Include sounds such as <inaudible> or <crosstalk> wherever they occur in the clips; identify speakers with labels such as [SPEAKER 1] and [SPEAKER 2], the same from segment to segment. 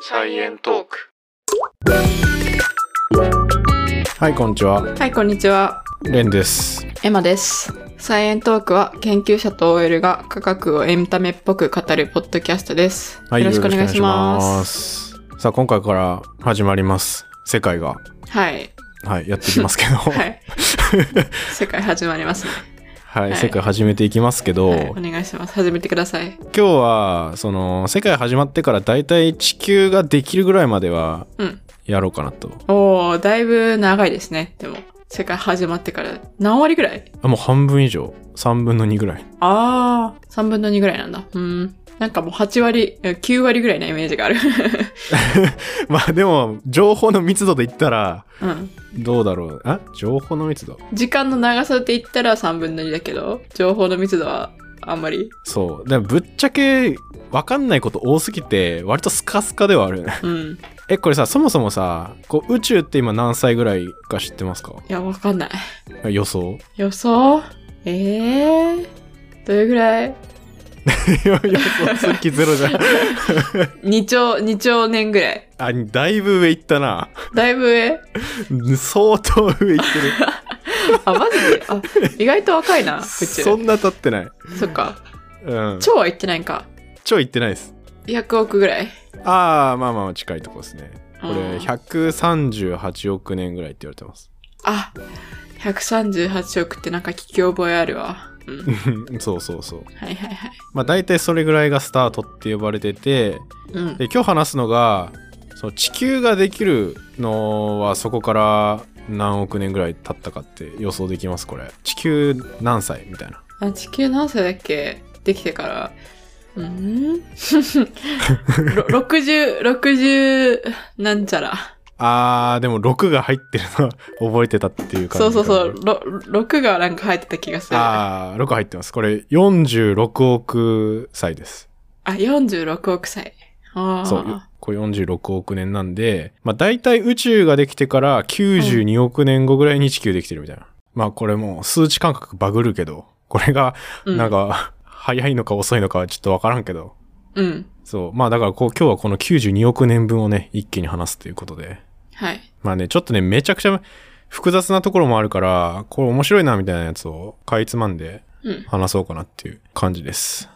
[SPEAKER 1] サイエントーク。
[SPEAKER 2] はい、こんにちは。
[SPEAKER 1] はい、こんにちは。
[SPEAKER 2] レンです。
[SPEAKER 1] エマです。サイエントークは研究者と OL が科学をエンタメっぽく語るポッドキャストです。
[SPEAKER 2] はい、
[SPEAKER 1] よろしくお願いし
[SPEAKER 2] よ
[SPEAKER 1] ま。
[SPEAKER 2] ろくお願いしますす。さあ、今回から始まります。世界が、
[SPEAKER 1] はい。
[SPEAKER 2] はい、やっていきますけど、
[SPEAKER 1] <laughs> は
[SPEAKER 2] はい、 <laughs>
[SPEAKER 1] い。世界始まりますね。はい
[SPEAKER 2] 世界始めていきますけど、
[SPEAKER 1] はい、お願いします。始めてください。
[SPEAKER 2] 今日は、その、世界始まってからだいたい地球ができるぐらいまでは
[SPEAKER 1] うん。
[SPEAKER 2] やろうかなと。
[SPEAKER 1] おー、だいぶ長いですね。でも、世界始まってから何割ぐらい
[SPEAKER 2] あ、もう半分以上、3分の2ぐらい。
[SPEAKER 1] あー、3分の2ぐらいなんだ。うん。なんかもう8割、え9割ぐらいなイメージがある。 <laughs>
[SPEAKER 2] <laughs> まあでも、情報の密度で言ったら、
[SPEAKER 1] うん。
[SPEAKER 2] どうだろう。あ情報の密度
[SPEAKER 1] 時間の長さって言ったら3分の2だけど、情報の密度はあんまり。
[SPEAKER 2] そう。でもぶっちゃけ、わかんないこと多すぎて、割とスカスカではあるよ <laughs> ね。
[SPEAKER 1] うん。
[SPEAKER 2] えこれさそもそもさこう宇宙って今何歳ぐらいか知ってますか
[SPEAKER 1] いや、わかんない。
[SPEAKER 2] 予想 <laughs>
[SPEAKER 1] 予想えー、どれぐらい
[SPEAKER 2] いや予想する気ゼロじゃん
[SPEAKER 1] ?2 兆、二兆年ぐらい。
[SPEAKER 2] あだいぶ上行ったな <laughs>
[SPEAKER 1] だいぶ上
[SPEAKER 2] 相当上行ってる
[SPEAKER 1] あ、マジであ、意外と若い <laughs> な、宇宙。
[SPEAKER 2] そんな経ってない
[SPEAKER 1] そっか。
[SPEAKER 2] うん
[SPEAKER 1] 超は言ってないんか。
[SPEAKER 2] ちょ行ってないです
[SPEAKER 1] 100億ぐらい。
[SPEAKER 2] ああまあまあ近いとこですねこ
[SPEAKER 1] う
[SPEAKER 2] れ
[SPEAKER 1] ん
[SPEAKER 2] 138億年ぐらいって言われてます <laughs>
[SPEAKER 1] あ、138億ってなんか聞き覚えあるわ。うん。
[SPEAKER 2] そうそうそう
[SPEAKER 1] はいはいはい。
[SPEAKER 2] まあ大体それぐらいがスタートって呼ばれてて
[SPEAKER 1] うん。
[SPEAKER 2] で今日話すのがその地球ができるのはそこから何億年ぐらい経ったかって予想できますこれ地球何歳みたいな
[SPEAKER 1] あ、地球何歳だっけできてから。うーん <laughs> ろ ?60、60なんちゃら。
[SPEAKER 2] あーでも6が入ってるの <laughs> 覚えてたっていう感じ
[SPEAKER 1] そうそうそう。ろ6がなんか入ってた気がする。
[SPEAKER 2] あー6入ってますこれ46億歳です
[SPEAKER 1] あ、46億歳。ああ。
[SPEAKER 2] そうこれ46億年なんで、まあ、大体宇宙ができてから92億年後ぐらいに地球できてるみたいな、まあこれもう数値感覚バグるけどこれが
[SPEAKER 1] うん
[SPEAKER 2] なんか、早いのか遅いのかはちょっとわからんけど。
[SPEAKER 1] うん。
[SPEAKER 2] そう。まあだからこう、今日はこの92億年分をね、一気に話すということで。
[SPEAKER 1] はい。
[SPEAKER 2] まあね、ちょっとね、めちゃくちゃ複雑なところもあるから、これ面白いなみたいなやつをかいつまんで
[SPEAKER 1] うん。
[SPEAKER 2] 話そうかなっていう感じです。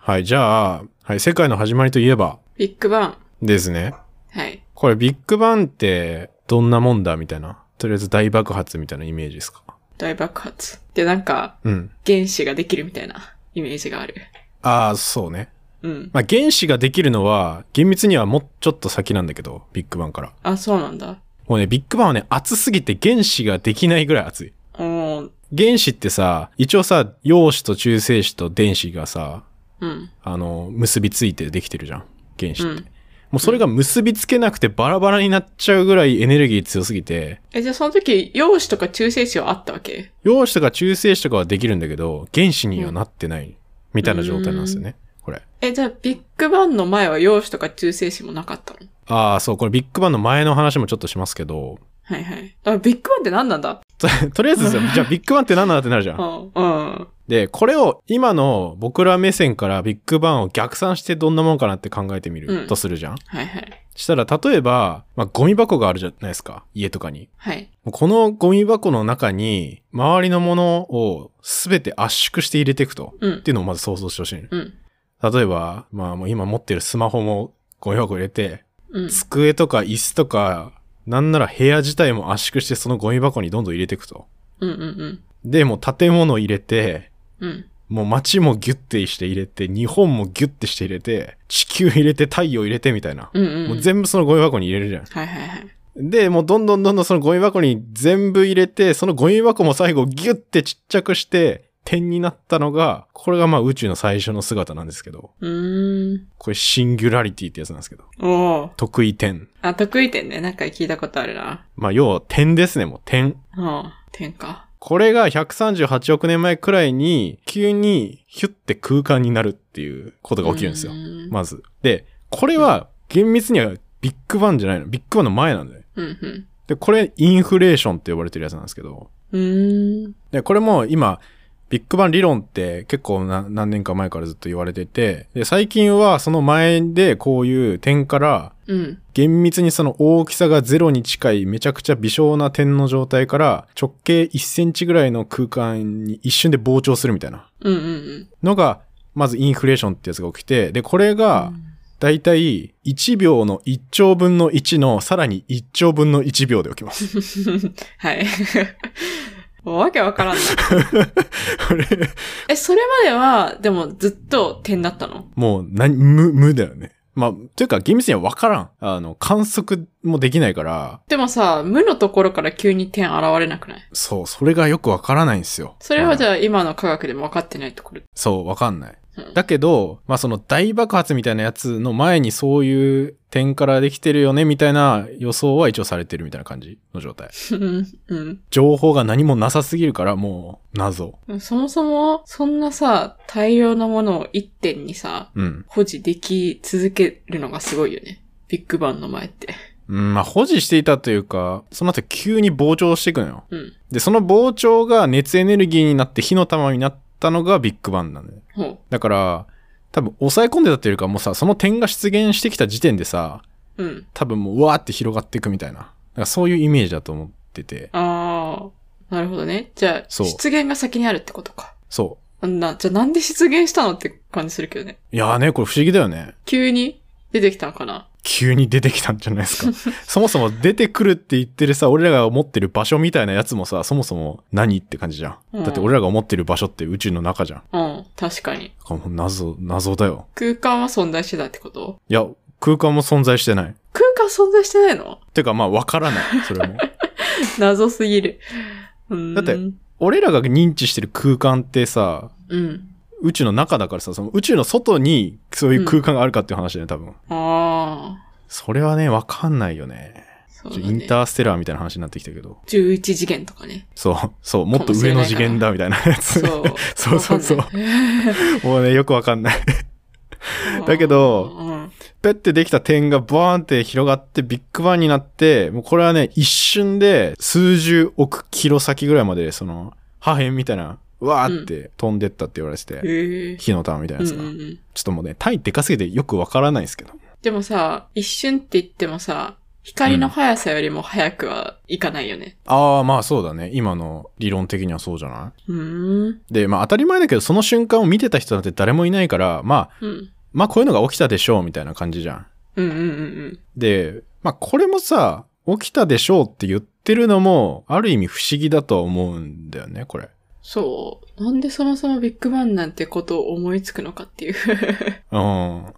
[SPEAKER 2] はい、じゃあ、はい、世界の始まりといえば
[SPEAKER 1] ビッグバン。
[SPEAKER 2] ですね。
[SPEAKER 1] はい。
[SPEAKER 2] これビッグバンってどんなもんだみたいな。とりあえず大爆発みたいなイメージですか。
[SPEAKER 1] 大爆発。で、なんか、
[SPEAKER 2] うん。
[SPEAKER 1] 原子ができるみたいなイメージがある。
[SPEAKER 2] ああ、そうね。
[SPEAKER 1] うん。
[SPEAKER 2] まあ、原子ができるのは、厳密にはもうちょっと先なんだけど、ビッグバンから。
[SPEAKER 1] あ、そうなんだ。
[SPEAKER 2] もうね、ビッグバンはね、熱すぎて原子ができないぐらい熱い。
[SPEAKER 1] おー。
[SPEAKER 2] 原子ってさ、一応さ、陽子と中性子と電子がさ、
[SPEAKER 1] うん。
[SPEAKER 2] あの、結びついてできてるじゃん。原子
[SPEAKER 1] う
[SPEAKER 2] って。
[SPEAKER 1] ん。
[SPEAKER 2] もうそれが結びつけなくてバラバラになっちゃうぐらいエネルギー強すぎて、
[SPEAKER 1] え、じゃあその時、陽子とか中性子はあったわけ
[SPEAKER 2] 陽子とか中性子とかはできるんだけど、原子にはなってない、みたいな状態なんですよね。これ。
[SPEAKER 1] え、じゃあビッグバンの前は陽子とか中性子もなかったの
[SPEAKER 2] ああ、そう、これビッグバンの前の話もちょっとしますけど、 <laughs>
[SPEAKER 1] はいはい。あ、ビッグバンって何なんだ
[SPEAKER 2] ととりあえず
[SPEAKER 1] <laughs>
[SPEAKER 2] ですよじゃあビッグバンって何なんだってなるじゃん
[SPEAKER 1] う。ん。うん。
[SPEAKER 2] で、これを今の僕ら目線からビッグバンを逆算してどんなもんかなって考えてみ
[SPEAKER 1] うん
[SPEAKER 2] るとするじゃん。
[SPEAKER 1] はいはい。
[SPEAKER 2] したら例えば、まあ、ゴミ箱があるじゃないですか。家とかに。
[SPEAKER 1] はい。
[SPEAKER 2] このゴミ箱の中に周りのものをすべて圧縮して入れていくと。
[SPEAKER 1] うん
[SPEAKER 2] っ。ていうのをまず想像してほしいね。
[SPEAKER 1] うん。
[SPEAKER 2] 例えば、まあもう今持ってるスマホもゴミ箱入れて、
[SPEAKER 1] うん。
[SPEAKER 2] 机とか椅子とか、なんなら部屋自体も圧縮してそのゴミ箱にどんどん入れていくと。
[SPEAKER 1] うんうん
[SPEAKER 2] で、もう建物入れて、
[SPEAKER 1] うん。うん。
[SPEAKER 2] もう街もギュッてして入れて、日本もギュッてして入れて、地球入れて、太陽入れてみたいな。
[SPEAKER 1] うんうん。
[SPEAKER 2] もう全部そのゴミ箱に入れるじゃ
[SPEAKER 1] はいはいはい。
[SPEAKER 2] ん。で、もうどんどんどんどんそのゴミ箱に全部入れて、そのゴミ箱も最後ギュッてちっちゃくして、点になったのが、これがまあ宇宙の最初の姿なんですけど、
[SPEAKER 1] うーん。
[SPEAKER 2] これシンギュラリティってやつなんですけど、
[SPEAKER 1] おー。
[SPEAKER 2] 得意点。
[SPEAKER 1] あ、得意点ね。なんか聞いたことあるな。
[SPEAKER 2] まあ要は点ですね、もう点。
[SPEAKER 1] うん。点か。
[SPEAKER 2] これが138億年前くらいに、急にヒュッて空間になるっていうことが起きるんですよ
[SPEAKER 1] う。ーん
[SPEAKER 2] まず。で、これは厳密にはビッグバンじゃないの。ビッグバンの前なんだよね。
[SPEAKER 1] うんうん。
[SPEAKER 2] で、これインフレーションって呼ばれてるやつなんですけど。
[SPEAKER 1] うーん。
[SPEAKER 2] で、これも今、ビッグバン理論って結構な何年か前からずっと言われてて、で、最近はその前でこういう点から、
[SPEAKER 1] うん。
[SPEAKER 2] 厳密にその大きさがゼロに近いめちゃくちゃ微小な点の状態から直径1センチぐらいの空間に一瞬で膨張するみたいな
[SPEAKER 1] うんうん
[SPEAKER 2] のが、まずインフレーションってやつが起きて、で、これ
[SPEAKER 1] うん。
[SPEAKER 2] がだいたい1秒の1兆分の1のさらに1兆分の1秒で起きます。 <laughs>
[SPEAKER 1] <laughs> はい。わけわからんな。
[SPEAKER 2] これ、
[SPEAKER 1] え、それまでは、でもずっと点だったの
[SPEAKER 2] もう何、無、無だよね。まあ、というか厳密には分からん。あの、観測もできないから、
[SPEAKER 1] でもさ、無のところから急に点現れなくない
[SPEAKER 2] そう、それがよく分からないんですよ。
[SPEAKER 1] それはじ
[SPEAKER 2] ゃ
[SPEAKER 1] ゃあ今の科学でも分かってないところ。
[SPEAKER 2] そう、分かんない。
[SPEAKER 1] うん
[SPEAKER 2] だけど、まあその大爆発みたいなやつの前にそういう点からできてるよねみたいな予想は一応されてるみたいな感じの状態。
[SPEAKER 1] うん。
[SPEAKER 2] 情報が何もなさすぎるからもう謎。
[SPEAKER 1] うん。そもそも、そんなさ、大量のものを一点にさ、
[SPEAKER 2] うん。
[SPEAKER 1] 保持でき続けるのがすごいよね。ビッグバンの前って。
[SPEAKER 2] うん、まあ保持していたというか、その後急に膨張していくのよ。
[SPEAKER 1] うん。
[SPEAKER 2] で、その膨張が熱エネルギーになって火の玉になったのがビッグバンなんだよ。
[SPEAKER 1] ほう。
[SPEAKER 2] だから、多分抑え込んでたというかもうさ、その点が出現してきた時点でさ、
[SPEAKER 1] うん。
[SPEAKER 2] 多分もううわーって広がっていくみたいな。だからそういうイメージだと思ってて。
[SPEAKER 1] ああ、なるほどね。じゃあ、
[SPEAKER 2] そ
[SPEAKER 1] 出
[SPEAKER 2] う
[SPEAKER 1] 現が先にあるってことか。
[SPEAKER 2] そう。
[SPEAKER 1] あんな、じゃあなんで出現したのって感じするけどね。
[SPEAKER 2] いやーね、これ不思議だよね。
[SPEAKER 1] 急に出てきたのかな
[SPEAKER 2] 急に出てきたんじゃないですか。そもそも出てくるって言ってるさ、俺らが思ってる場所みたいなやつもさ、そもそも何って感じじゃん。
[SPEAKER 1] うん
[SPEAKER 2] だって俺らが思ってる場所って宇宙の中じゃん。
[SPEAKER 1] うん、確かに。
[SPEAKER 2] この謎、謎だよ。
[SPEAKER 1] 空間は存在してたってこと
[SPEAKER 2] いや、空間も存在してない。
[SPEAKER 1] 空間存在してないの
[SPEAKER 2] てかまあわからない。それも。
[SPEAKER 1] 謎すぎる。うーん
[SPEAKER 2] だって俺らが認知してる空間ってさ、
[SPEAKER 1] うん。
[SPEAKER 2] 宇宙の中だからさ、その宇宙の外にそういう空間があるかっていう話だよね、多分。
[SPEAKER 1] ああ、
[SPEAKER 2] それはね、わかんないよね。
[SPEAKER 1] そう
[SPEAKER 2] ち
[SPEAKER 1] だ
[SPEAKER 2] ょ
[SPEAKER 1] ね。
[SPEAKER 2] インターステラーみたいな話になってきたけど。
[SPEAKER 1] 11次元とかね。
[SPEAKER 2] そう、そう、もっと上の次元だみたいなやつ。
[SPEAKER 1] そう
[SPEAKER 2] <laughs> そうそうそう
[SPEAKER 1] わかんない
[SPEAKER 2] <laughs> もうね、よくわかんない。だけど
[SPEAKER 1] <laughs> うん、
[SPEAKER 2] ペッてできた点がバーンって広がってビッグバンになって、もうこれはね、一瞬で数十億キロ先ぐらいまで、その、破片みたいな、わーって飛んでったって言われてて、
[SPEAKER 1] へえ
[SPEAKER 2] 火の玉みたいな
[SPEAKER 1] うん
[SPEAKER 2] やつ
[SPEAKER 1] う
[SPEAKER 2] が。
[SPEAKER 1] んうん。
[SPEAKER 2] ちょっともうね、単位でかすぎてよくわからないんですけど。
[SPEAKER 1] でもさ、一瞬って言ってもさ、光の速さよりも速くはいかないよね。
[SPEAKER 2] ああ、まあそうだね。今の理論的にはそうじゃな
[SPEAKER 1] うーん。
[SPEAKER 2] いで、まあ当たり前だけど、その瞬間を見てた人なんて誰もいないから、まあ、
[SPEAKER 1] うん。
[SPEAKER 2] まあこういうのが起きたでしょう、みたいな感じじゃん。
[SPEAKER 1] うんうんうん
[SPEAKER 2] で、まあこれもさ、起きたでしょうって言ってるのも、ある意味不思議だとは思うんだよね、これ。
[SPEAKER 1] そう。なんでそもそもビッグバンなんてことを思いつくのかっていう。
[SPEAKER 2] <laughs> うん。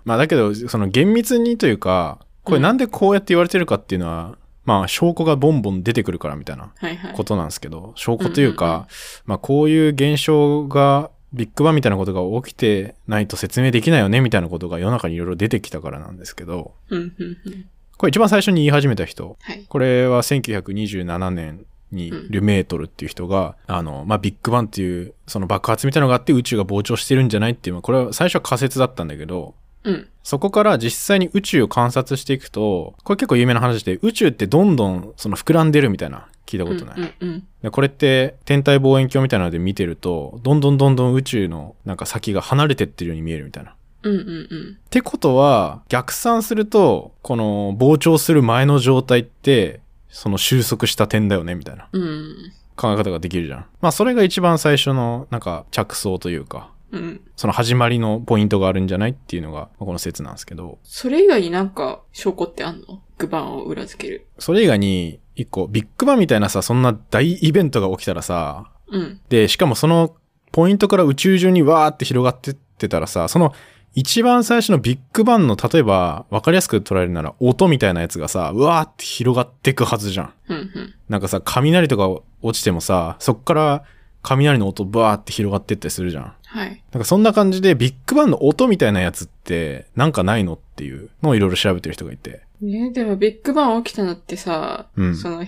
[SPEAKER 2] まあだけど、その厳密にというか、これなんでこうやって言われてるかっていうのは、まあ証拠がボンボン出てくるからみたいな
[SPEAKER 1] はいはい
[SPEAKER 2] こ。となんですけど、証拠という
[SPEAKER 1] うんうんう
[SPEAKER 2] か、まあこういう現象が、ビッグバンみたいなことが起きてないと説明できないよねみたいなことが世の中にいろいろ出てきたからなんですけど、
[SPEAKER 1] うんうんうん。
[SPEAKER 2] これ一番最初に言い始めた人、
[SPEAKER 1] はい。
[SPEAKER 2] これは1927年に
[SPEAKER 1] うん
[SPEAKER 2] ルメートルっていう人が、あの、まあ、ビッグバンっていう、その爆発みたいなのがあって宇宙が膨張してるんじゃないっていう、まあこれは最初は仮説だったんだけど、
[SPEAKER 1] うん。
[SPEAKER 2] そこから実際に宇宙を観察していくと、これ結構有名な話で、宇宙ってどんどんその膨らんでるみたいな、聞いたことない。
[SPEAKER 1] うんうんうん。
[SPEAKER 2] でこれって天体望遠鏡みたいなので見てると、どんどんどんどん宇宙のなんか先が離れてってるように見えるみたいな。
[SPEAKER 1] うんうんう
[SPEAKER 2] っ
[SPEAKER 1] ん。
[SPEAKER 2] てことは、逆算すると、この膨張する前の状態って、その収束した点だよね、みたいな
[SPEAKER 1] うん。
[SPEAKER 2] 考え方ができるじゃん。まあ、それが一番最初の、なんか、着想というか、
[SPEAKER 1] うん。
[SPEAKER 2] その始まりのポイントがあるんじゃないっていうのが、まあこの説なんですけど、
[SPEAKER 1] それ以外になんか証拠ってあんのビッグバンを裏付ける。
[SPEAKER 2] それ以外に、一個、ビッグバンみたいなさ、そんな大イベントが起きたらさ、
[SPEAKER 1] うん。
[SPEAKER 2] で、しかもそのポイントから宇宙中にわーって広がってってたらさ、その一番最初のビッグバンの、例えば分かりやすく捉えるなら音みたいなやつがさ、うわーって広がってくはずじゃん。
[SPEAKER 1] うんうん。
[SPEAKER 2] なんかさ、雷とか落ちてもさ、そっから雷の音バーって広がってったりするじゃん。
[SPEAKER 1] はい。
[SPEAKER 2] なんかそんな感じでビッグバンの音みたいなやつってなんかないのっていうのをいろいろ調べてる人がいて。
[SPEAKER 1] ねでもビッグバン起きたのってさ、
[SPEAKER 2] うん
[SPEAKER 1] その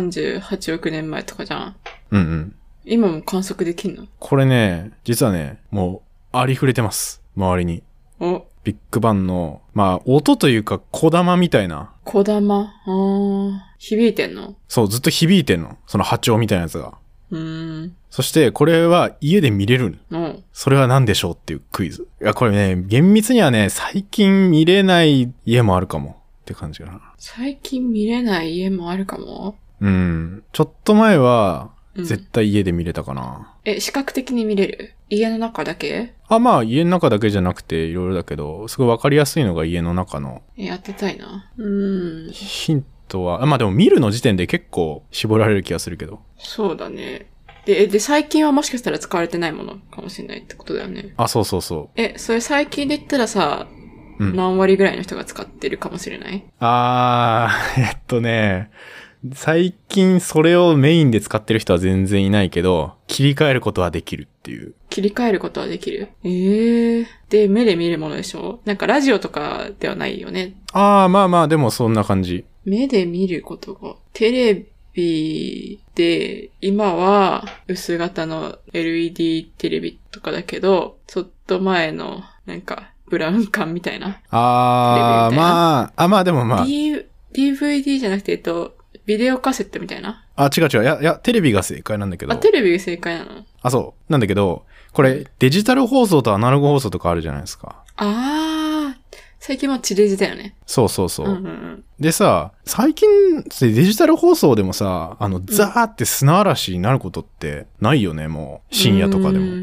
[SPEAKER 1] 138億年前とかじゃん。
[SPEAKER 2] うんうん。
[SPEAKER 1] 今も観測できんの
[SPEAKER 2] これね、実はね、もうありふれてます。周りに。
[SPEAKER 1] お、
[SPEAKER 2] ビッグバンの、まあ音というか小玉みたいな
[SPEAKER 1] 小玉。あー響いてんの
[SPEAKER 2] そう、ずっと響いてんの。その波長みたいなやつが。
[SPEAKER 1] うーん。
[SPEAKER 2] そして、これは家で見れる。
[SPEAKER 1] うん。
[SPEAKER 2] それは何でしょうっていうクイズ。いや、これね、厳密にはね、最近見れない家もあるかもって感じかな。
[SPEAKER 1] 最近見れない家もあるかも。
[SPEAKER 2] うん。ちょっと前は、
[SPEAKER 1] うん
[SPEAKER 2] 絶対家で見れたかな。
[SPEAKER 1] え、視覚的に見れる家の中だけ
[SPEAKER 2] あ、まあ、家の中だけじゃなくて、いろいろだけど、すごいわかりやすいのが家の中の
[SPEAKER 1] えやってたいな。うーん。
[SPEAKER 2] ヒントは、あまあでも見るの時点で結構絞られる気がするけど。
[SPEAKER 1] そうだね。で、えで、最近はもしかしたら使われてないものかもしれないってことだよね。
[SPEAKER 2] あ、そうそうそ
[SPEAKER 1] え、それ最近で言ったらさ、
[SPEAKER 2] う。うん。
[SPEAKER 1] 何割ぐらいの人が使ってるかもしれない
[SPEAKER 2] あー、 <laughs> えっとね、最近それをメインで使ってる人は全然いないけど、切り替えることはできるっていう。
[SPEAKER 1] 切り替えることはできる。ええで、目で見るものでしょなんかラジオとかではないよね。
[SPEAKER 2] あー、まあまあ、でもそんな感じ。
[SPEAKER 1] 目で見ることが。テレビで、今は薄型の LED テレビとかだけど、ちょっと前の、なんか、ブラウン管みたいな。
[SPEAKER 2] あ
[SPEAKER 1] テレビみた
[SPEAKER 2] ー、
[SPEAKER 1] いな
[SPEAKER 2] まあ、あ、まあでもま
[SPEAKER 1] D、DVD じゃなくて、えっと、ビデオカセットみたいな。
[SPEAKER 2] あ、あ、違う違う。いや、いや、テレビが正解なんだけど。
[SPEAKER 1] あ、テレビが正解なの
[SPEAKER 2] あ、そう。なんだけど、これ、デジタル放送とアナログ放送とかあるじゃないですか。
[SPEAKER 1] あー、最近は地デジだよね。
[SPEAKER 2] そうそうそうう。
[SPEAKER 1] んうんうん。
[SPEAKER 2] でさ、最近デジタル放送でもさ、あの、ザーって砂嵐になることってないよね、もう。深夜とかで
[SPEAKER 1] う
[SPEAKER 2] も。
[SPEAKER 1] んうんう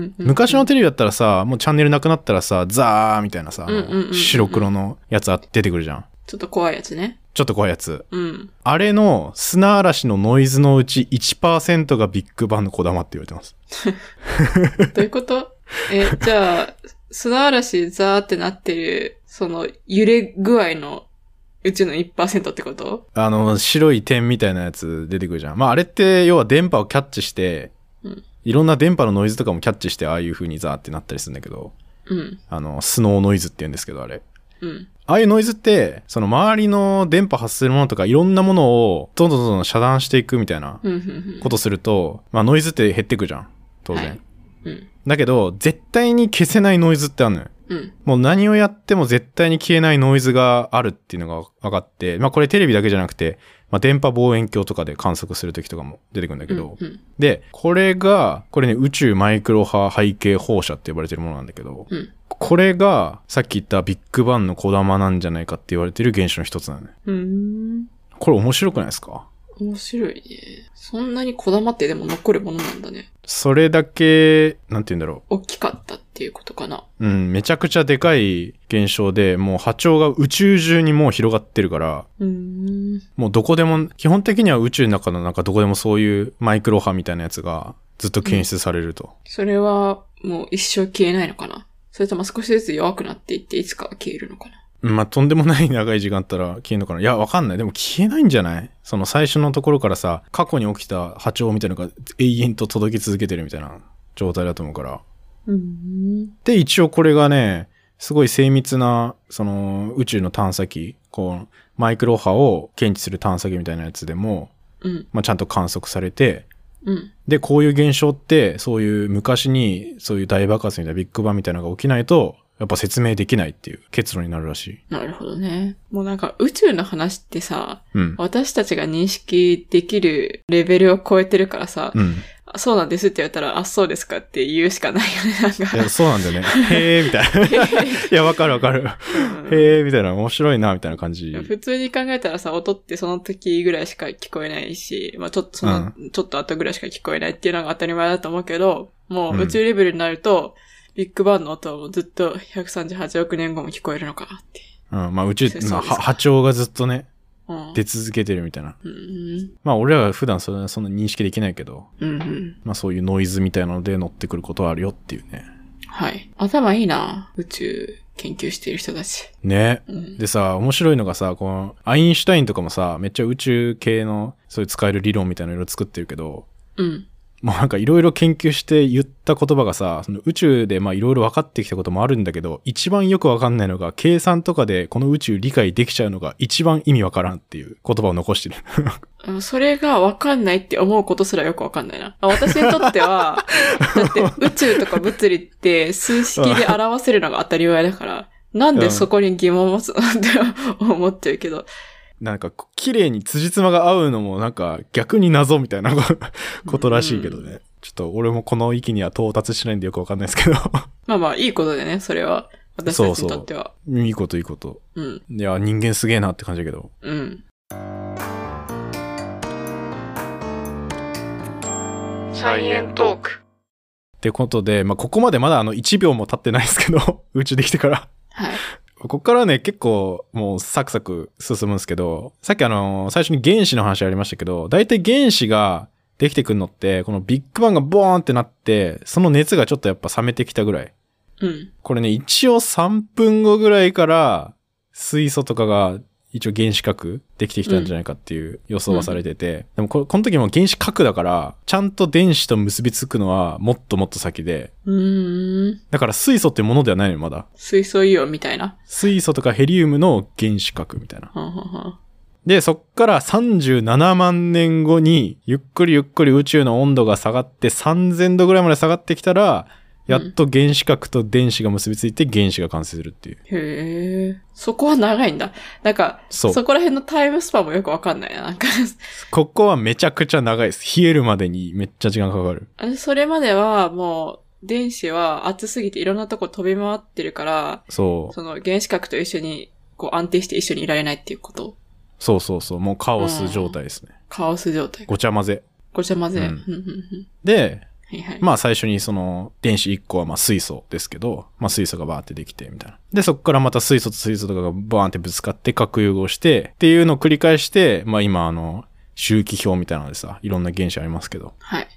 [SPEAKER 1] ん。
[SPEAKER 2] 昔のテレビだったらさ、もうチャンネルなくなったらさ、ザーみたいなさ、あ
[SPEAKER 1] うんうんうんうん
[SPEAKER 2] の白黒のやつあ出てくるじゃん。
[SPEAKER 1] ちょっと怖いやつね。
[SPEAKER 2] ちょっと怖いやつ。
[SPEAKER 1] うん。
[SPEAKER 2] あれの砂嵐のノイズのうち1%がビッグバンの小玉って言われてます。
[SPEAKER 1] どういうことえ、じゃあ、砂嵐ザーってなってる、その揺れ具合のうちの1%ってこと
[SPEAKER 2] あの、白い点みたいなやつ出てくるじゃん。まあ、あれって、要は電波をキャッチして、
[SPEAKER 1] うん
[SPEAKER 2] いろんな電波のノイズとかもキャッチして、ああいう風にザーってなったりするんだけど、
[SPEAKER 1] うん。
[SPEAKER 2] あの、スノーノイズって言うんですけど、あれ。
[SPEAKER 1] うん。
[SPEAKER 2] ああいうノイズって、その周りの電波発するものとかいろんなものをどんどんどんどん遮断していくみたいな
[SPEAKER 1] うん。うん
[SPEAKER 2] ことすると、まあノイズって減ってくじゃん。当然。
[SPEAKER 1] はいうん。
[SPEAKER 2] だけど、絶対に消せないノイズってあるのよ。
[SPEAKER 1] うん。
[SPEAKER 2] もう何をやっても絶対に消えないノイズがあるっていうのが分かって、まあこれテレビだけじゃなくて、まあ電波望遠鏡とかで観測するときとかも出てくるんだけど、
[SPEAKER 1] うん。
[SPEAKER 2] で、これが、これね、宇宙マイクロ波背景放射って呼ばれてるものなんだけど、
[SPEAKER 1] うん。
[SPEAKER 2] これがさっき言ったビッグバンの小玉なんじゃないかって言われてる現象の一つなのね。
[SPEAKER 1] うん。
[SPEAKER 2] これ面白くないですか
[SPEAKER 1] 面白いね。そんなにこだまってでも残るものなんだね。
[SPEAKER 2] それだけ、なんて言うんだろ
[SPEAKER 1] 大きかったっていうことかな。
[SPEAKER 2] う。うん、めちゃくちゃでかい現象で、もう波長が宇宙中にもう広がってるから、
[SPEAKER 1] うん。
[SPEAKER 2] もうどこでも、基本的には宇宙の中のなんかどこでもそういうマイクロ波みたいなやつがずっと検出されると。
[SPEAKER 1] それはもう一生消えないのかなそれとも少しずつ弱くなっていっていつかは消えるのかな
[SPEAKER 2] うんまあ、とんでもない長い時間あったら消えるのかな。いや、わかんない。でも消えないんじゃないその最初のところからさ、過去に起きた波長みたいなのが永遠と届き続けてるみたいな状態だと思うから。
[SPEAKER 1] うん。
[SPEAKER 2] で、一応これがね、すごい精密な、その、宇宙の探査機、こう、マイクロ波を検知する探査機みたいなやつでも、
[SPEAKER 1] うん。
[SPEAKER 2] まあ、ちゃんと観測されて、
[SPEAKER 1] うん。
[SPEAKER 2] で、こういう現象って、そういう昔に、そういう大爆発みたいなビッグバンみたいなのが起きないと、やっぱ説明できないっていう結論になるらしい。
[SPEAKER 1] なるほどね。もうなんか宇宙の話ってさ、
[SPEAKER 2] うん。
[SPEAKER 1] 私たちが認識できるレベルを超えてるからさ、
[SPEAKER 2] うん。
[SPEAKER 1] あそうなんですって言われたら、あ、そうですかって言うしかないよね、なん
[SPEAKER 2] いや、
[SPEAKER 1] か。
[SPEAKER 2] そうなん
[SPEAKER 1] <laughs>
[SPEAKER 2] だよね。へーみたいな。いや、わかるわかる。
[SPEAKER 1] うん
[SPEAKER 2] へーみたいな。面白いな、みたいな感じ。
[SPEAKER 1] 普通に考えたらさ、音ってその時ぐらいしか聞こえないし、まあちょっとその、ちょっと後ぐらいしか聞こえないっていうのが当たり前だと思うけど、もう宇宙レベルになると、ビッグバンの音はもうずっと138億年後も聞こえるのかなって。
[SPEAKER 2] うん。まあ、宇宙
[SPEAKER 1] そう、です
[SPEAKER 2] まあ、は波長がずっとね、
[SPEAKER 1] うん。
[SPEAKER 2] 出続けてるみたいな。
[SPEAKER 1] うん。
[SPEAKER 2] まあ、俺らは普段そんなそんな認識できないけど、
[SPEAKER 1] うんうん。
[SPEAKER 2] まあ、そういうノイズみたいなので乗ってくることはあるよっていうね。
[SPEAKER 1] はい。頭いいな。宇宙研究している人たち。
[SPEAKER 2] ね。
[SPEAKER 1] うん。
[SPEAKER 2] でさ、面白いのがさ、この、アインシュタインとかもさ、めっちゃ宇宙系の、そういう使える理論みたいなのいろいろ作ってるけど、
[SPEAKER 1] うん。
[SPEAKER 2] もうなんかいろいろ研究して言った言葉がさ、その宇宙でまあいろいろ分かってきたこともあるんだけど、一番よく分かんないのが、計算とかでこの宇宙理解できちゃうのが一番意味わからんっていう言葉を残してる。
[SPEAKER 1] あのそれがわかんないって思うことすらよくわかんないな。あ私にとって <laughs> は、だって宇宙とか物理って数式で表 <laughs> せるのが当たり前だから、なんでそこに疑問を持つのって思っちゃうけど、
[SPEAKER 2] なんかこう綺麗に辻褄が合うのもなんか逆に謎みたいな <laughs> ことらしいけどね、ちょっと俺もこの域には到達しないんでよくわかんないです <laughs> けど
[SPEAKER 1] まあまあ、いいことでね、それは。私たちにとっては。
[SPEAKER 2] いいこといいこと
[SPEAKER 1] うん。
[SPEAKER 2] いや人間すげえなって感じだけど
[SPEAKER 1] うん。
[SPEAKER 3] サイエントーク。
[SPEAKER 2] ってことで、まあ、ここまでまだあの1秒も経ってないですけど <laughs> 宇宙できてから
[SPEAKER 1] はい。
[SPEAKER 2] ここからね、結構もうサクサク進むんですけど、さっきあの、最初に原子の話ありましたけど、大体原子ができてくるのって、このビッグバンがボーンってなって、その熱がちょっとやっぱ冷めてきたぐらい。
[SPEAKER 1] うん。
[SPEAKER 2] これね、一応3分後ぐらいから、水素とかが一応原子核できてきたんじゃないかっていう予想はされてて、でもここの時も原子核だから、ちゃんと電子と結びつくのはもっともっと先で、
[SPEAKER 1] うーん。
[SPEAKER 2] だから水素ってものではないのよ、まだ。
[SPEAKER 1] 水素イオンみたいな。
[SPEAKER 2] 水素とかヘリウムの原子核みたいな。
[SPEAKER 1] はんはんはん
[SPEAKER 2] で、そっから37万年後に、ゆっくりゆっくり宇宙の温度が下がって3000度ぐらいまで下がってきたら、やっと原子核と電子が結びついて原子が完成するっていう。
[SPEAKER 1] へえ。そこは長いんだ。なんか、
[SPEAKER 2] そう
[SPEAKER 1] そこら辺のタイムスパンもよくわかんないな。なんか、 <laughs>
[SPEAKER 2] ここはめちゃくちゃ長いです。冷えるまでにめっちゃ時間かかる。
[SPEAKER 1] あのそれまではもう、電子は熱すぎていろんなとこ飛び回ってるから、
[SPEAKER 2] そう。
[SPEAKER 1] その原子核と一緒に、こう安定して一緒にいられないっていうこと。
[SPEAKER 2] そうそうそう。もうカオス状態ですね。
[SPEAKER 1] カオス状態。
[SPEAKER 2] ごちゃ混ぜ。
[SPEAKER 1] ごちゃ混ぜ。
[SPEAKER 2] う
[SPEAKER 1] うんんうんうん
[SPEAKER 2] で、
[SPEAKER 1] はいはい。
[SPEAKER 2] まあ最初にその電子1個はまあ水素ですけど、まあ水素がバーってできてみたいな。で、そこからまた水素と水素とかがバーンってぶつかって核融合してっていうのを繰り返して、まあ今あの周期表みたいなのでさ、いろんな原子ありますけど、
[SPEAKER 1] はい。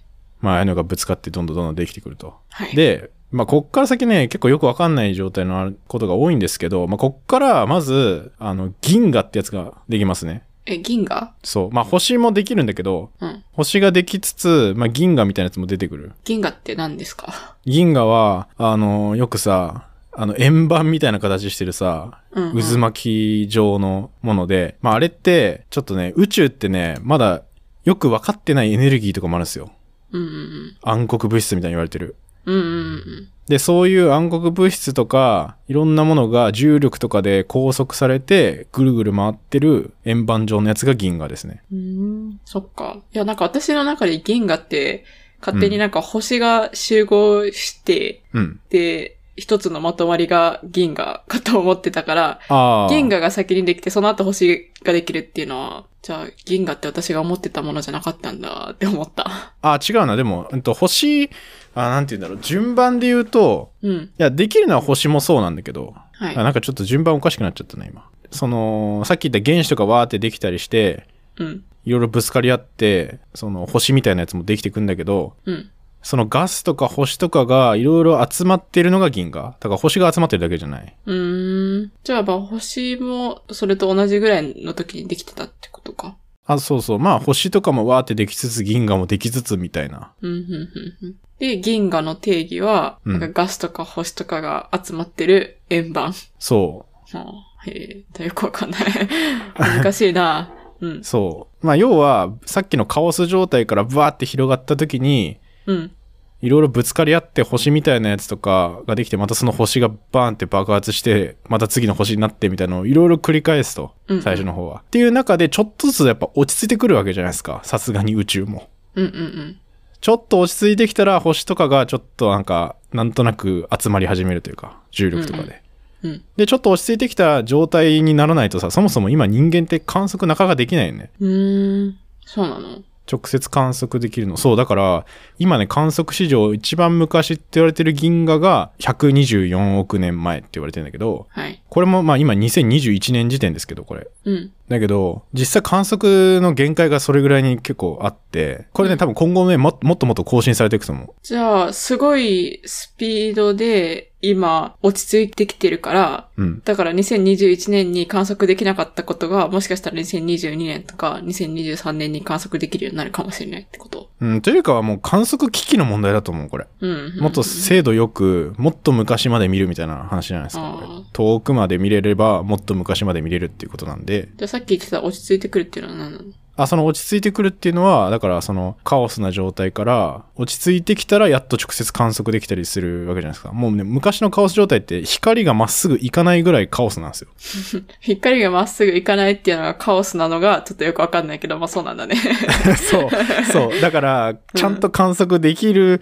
[SPEAKER 2] まあああいうのがぶつかってどんどんどんどんできてくると。
[SPEAKER 1] はい。、
[SPEAKER 2] で、まあ、こっから先ね、結構よくわかんない状態のことが多いんですけど、まあ、こっから、まず、あの、銀河ってやつができますね。
[SPEAKER 1] え、銀河
[SPEAKER 2] そう。まあ、星もできるんだけど、
[SPEAKER 1] うん。
[SPEAKER 2] 星ができつつ、まあ、銀河みたいなやつも出てくる。
[SPEAKER 1] 銀河って何ですか
[SPEAKER 2] 銀河は、あの、よくさ、あの、円盤みたいな形してるさ、
[SPEAKER 1] うんうん
[SPEAKER 2] 渦巻き状のもので、まあ、あれって、ちょっとね、宇宙ってね、まだよく分かってないエネルギーとかもあるんですよ。
[SPEAKER 1] うんうん
[SPEAKER 2] 暗黒物質みたいに言われてる。
[SPEAKER 1] うん。うんうん
[SPEAKER 2] で、そういう暗黒物質とか、いろんなものが重力とかで拘束されて、ぐるぐる回ってる円盤状のやつが銀河ですね。
[SPEAKER 1] うん。うーん。そっか。いや、なんか私の中で銀河って、勝手になんか星が集合して、
[SPEAKER 2] うん。
[SPEAKER 1] で、一つのまとまりが銀河かと思ってたから、
[SPEAKER 2] ああ。
[SPEAKER 1] 銀河が先にできて、その後星ができるっていうのは、じゃあ銀河って私が思ってたものじゃなかったんだって思った。 <laughs>
[SPEAKER 2] あ、違うな。でも、うんと、星、あ、なんて言うんだろう。順番で言うと、
[SPEAKER 1] うん。
[SPEAKER 2] いや、できるのは星もそうなんだけど、
[SPEAKER 1] はい
[SPEAKER 2] あ。なんかちょっと順番おかしくなっちゃったね、今。その、さっき言った原子とかわーってできたりして、
[SPEAKER 1] うん。
[SPEAKER 2] いろいろぶつかり合って、その星みたいなやつもできてくんだけど、
[SPEAKER 1] うん。
[SPEAKER 2] そのガスとか星とかがいろいろ集まってるのが銀河。だから星が集まってるだけじゃない。
[SPEAKER 1] うーん。じゃあ、まあ、星も、それと同じぐらいの時にできてたってことか。
[SPEAKER 2] あ、そうそう。まあ星とかもわーってできつつ銀河もできつつみたいな。
[SPEAKER 1] うん、うん、うん。うんで、銀河の定義は、
[SPEAKER 2] うん
[SPEAKER 1] なんかガスとか星とかが集まってる円盤。 <laughs>
[SPEAKER 2] そ
[SPEAKER 1] はあ、へえ、よくわかんない。 <laughs> 難しいな。 <laughs> うん
[SPEAKER 2] う。。そう。まあ要は、さっきのカオス状態からバーって広がった時に、
[SPEAKER 1] うん。
[SPEAKER 2] いろいろぶつかり合って星みたいなやつとかができて、またその星がバーンって爆発して、また次の星になってみたいなのをいろいろ繰り返すと
[SPEAKER 1] うんう。ん
[SPEAKER 2] 最初の方は。っていう中でちょっとずつやっぱ落ち着いてくるわけじゃないですか。さすがに宇宙も。
[SPEAKER 1] うん、うん、うん。
[SPEAKER 2] ちょっと落ち着いてきたら星とかがちょっとなんかなんとなく集まり始めるというか重力とかで、
[SPEAKER 1] うんうん
[SPEAKER 2] でちょっと落ち着いてきた状態にならないとさそもそも今人間って観測なかなかできないよね
[SPEAKER 1] うーん。そうなの
[SPEAKER 2] 直接観測できるのそうだから今ね観測史上一番昔って言われてる銀河が124億年前って言われてるんだけど
[SPEAKER 1] はい。
[SPEAKER 2] これもまあ今2021年時点ですけどこれ
[SPEAKER 1] うん。
[SPEAKER 2] だけど実際観測の限界がそれぐらいに結構あってこれね多分今後ねももっともっと更新されていくと思う
[SPEAKER 1] じゃあ、すごいスピードで、今、落ち着いてきてるから、
[SPEAKER 2] うん
[SPEAKER 1] だから2021年に観測できなかったことが、もしかしたら2022年とか2023年に観測できるようになるかもしれないってこと。
[SPEAKER 2] うん、というかはもう観測機器の問題だと思う、これ。
[SPEAKER 1] うん。
[SPEAKER 2] もっと精度よく、もっと昔まで見るみたいな話じゃないですか、これ
[SPEAKER 1] あー。
[SPEAKER 2] 遠くまで見れれば、もっと昔まで見れるっていうことなんで。
[SPEAKER 1] じゃあさっき言ってた落ち着いてくるっていうのは何なの
[SPEAKER 2] ああ、その落ち着いてくるっていうのは、だからそのカオスな状態から落ち着いてきたらやっと直接観測できたりするわけじゃないですか。もうね、昔のカオス状態って光がまっすぐいかないぐらいカオスなんですよ。
[SPEAKER 1] 光がまっすぐ行かないっていうのがカオスなのが、ちょっとよくわかんないけど、まあそうなんだね。
[SPEAKER 2] <laughs> そう、そう。だから、ちゃんと観測できる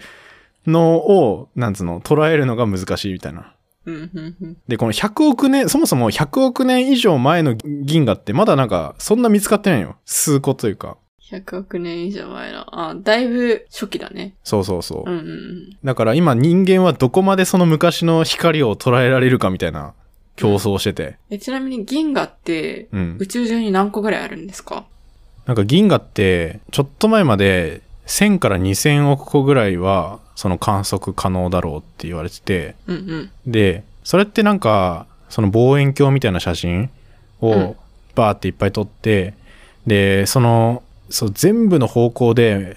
[SPEAKER 2] のを、なんつうの、捉えるのが難しいみたいな。
[SPEAKER 1] うん、うん、うん。
[SPEAKER 2] で、この100億年、そもそも100億年以上前の銀河ってまだなんか、そんな見つかってないよ。数個というか。
[SPEAKER 1] 100億年以上前の。あ、だいぶ初期だね。
[SPEAKER 2] そうそうそう。
[SPEAKER 1] うん、うんうん。
[SPEAKER 2] だから今人間はどこまでその昔の光を捉えられるかみたいな競争をしてて。
[SPEAKER 1] え、ちなみに銀河って、
[SPEAKER 2] うん
[SPEAKER 1] 宇。宙中に何個ぐらいあるんですか
[SPEAKER 2] なんか銀河って、ちょっと前まで1000から2000億個ぐらいは、その観測可能だろうって言われてて、
[SPEAKER 1] うん、うん。
[SPEAKER 2] で、それってなんか、その望遠鏡みたいな写真
[SPEAKER 1] う
[SPEAKER 2] を
[SPEAKER 1] ん
[SPEAKER 2] バーっていっぱい撮って、で、その、そう、全部の方向で、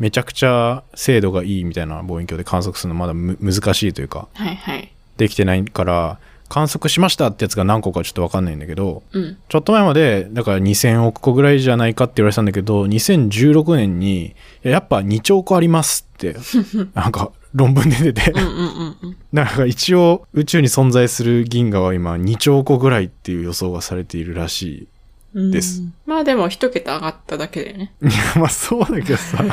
[SPEAKER 2] めちゃくちゃ精度がいいみたいな望遠鏡で観測するのまだむ難しいというか、
[SPEAKER 1] はい、はい。
[SPEAKER 2] できてないから、観測しましたってやつが何個かちょっとわかんないんだけど、
[SPEAKER 1] うん。
[SPEAKER 2] ちょっと前まで、だから2000億個ぐらいじゃないかって言われてたんだけど、2016年に、いややっぱ2兆個ありますって、
[SPEAKER 1] <laughs>
[SPEAKER 2] なんか論文で出て
[SPEAKER 1] うん、う、ん、うんうん。
[SPEAKER 2] なんか一応宇宙に存在する銀河は今2兆個ぐらいっていう予想がされているらし
[SPEAKER 1] うん
[SPEAKER 2] です。
[SPEAKER 1] まあでも一桁上がっただけだよね。
[SPEAKER 2] い。い <laughs> や、まあそうだけどさ、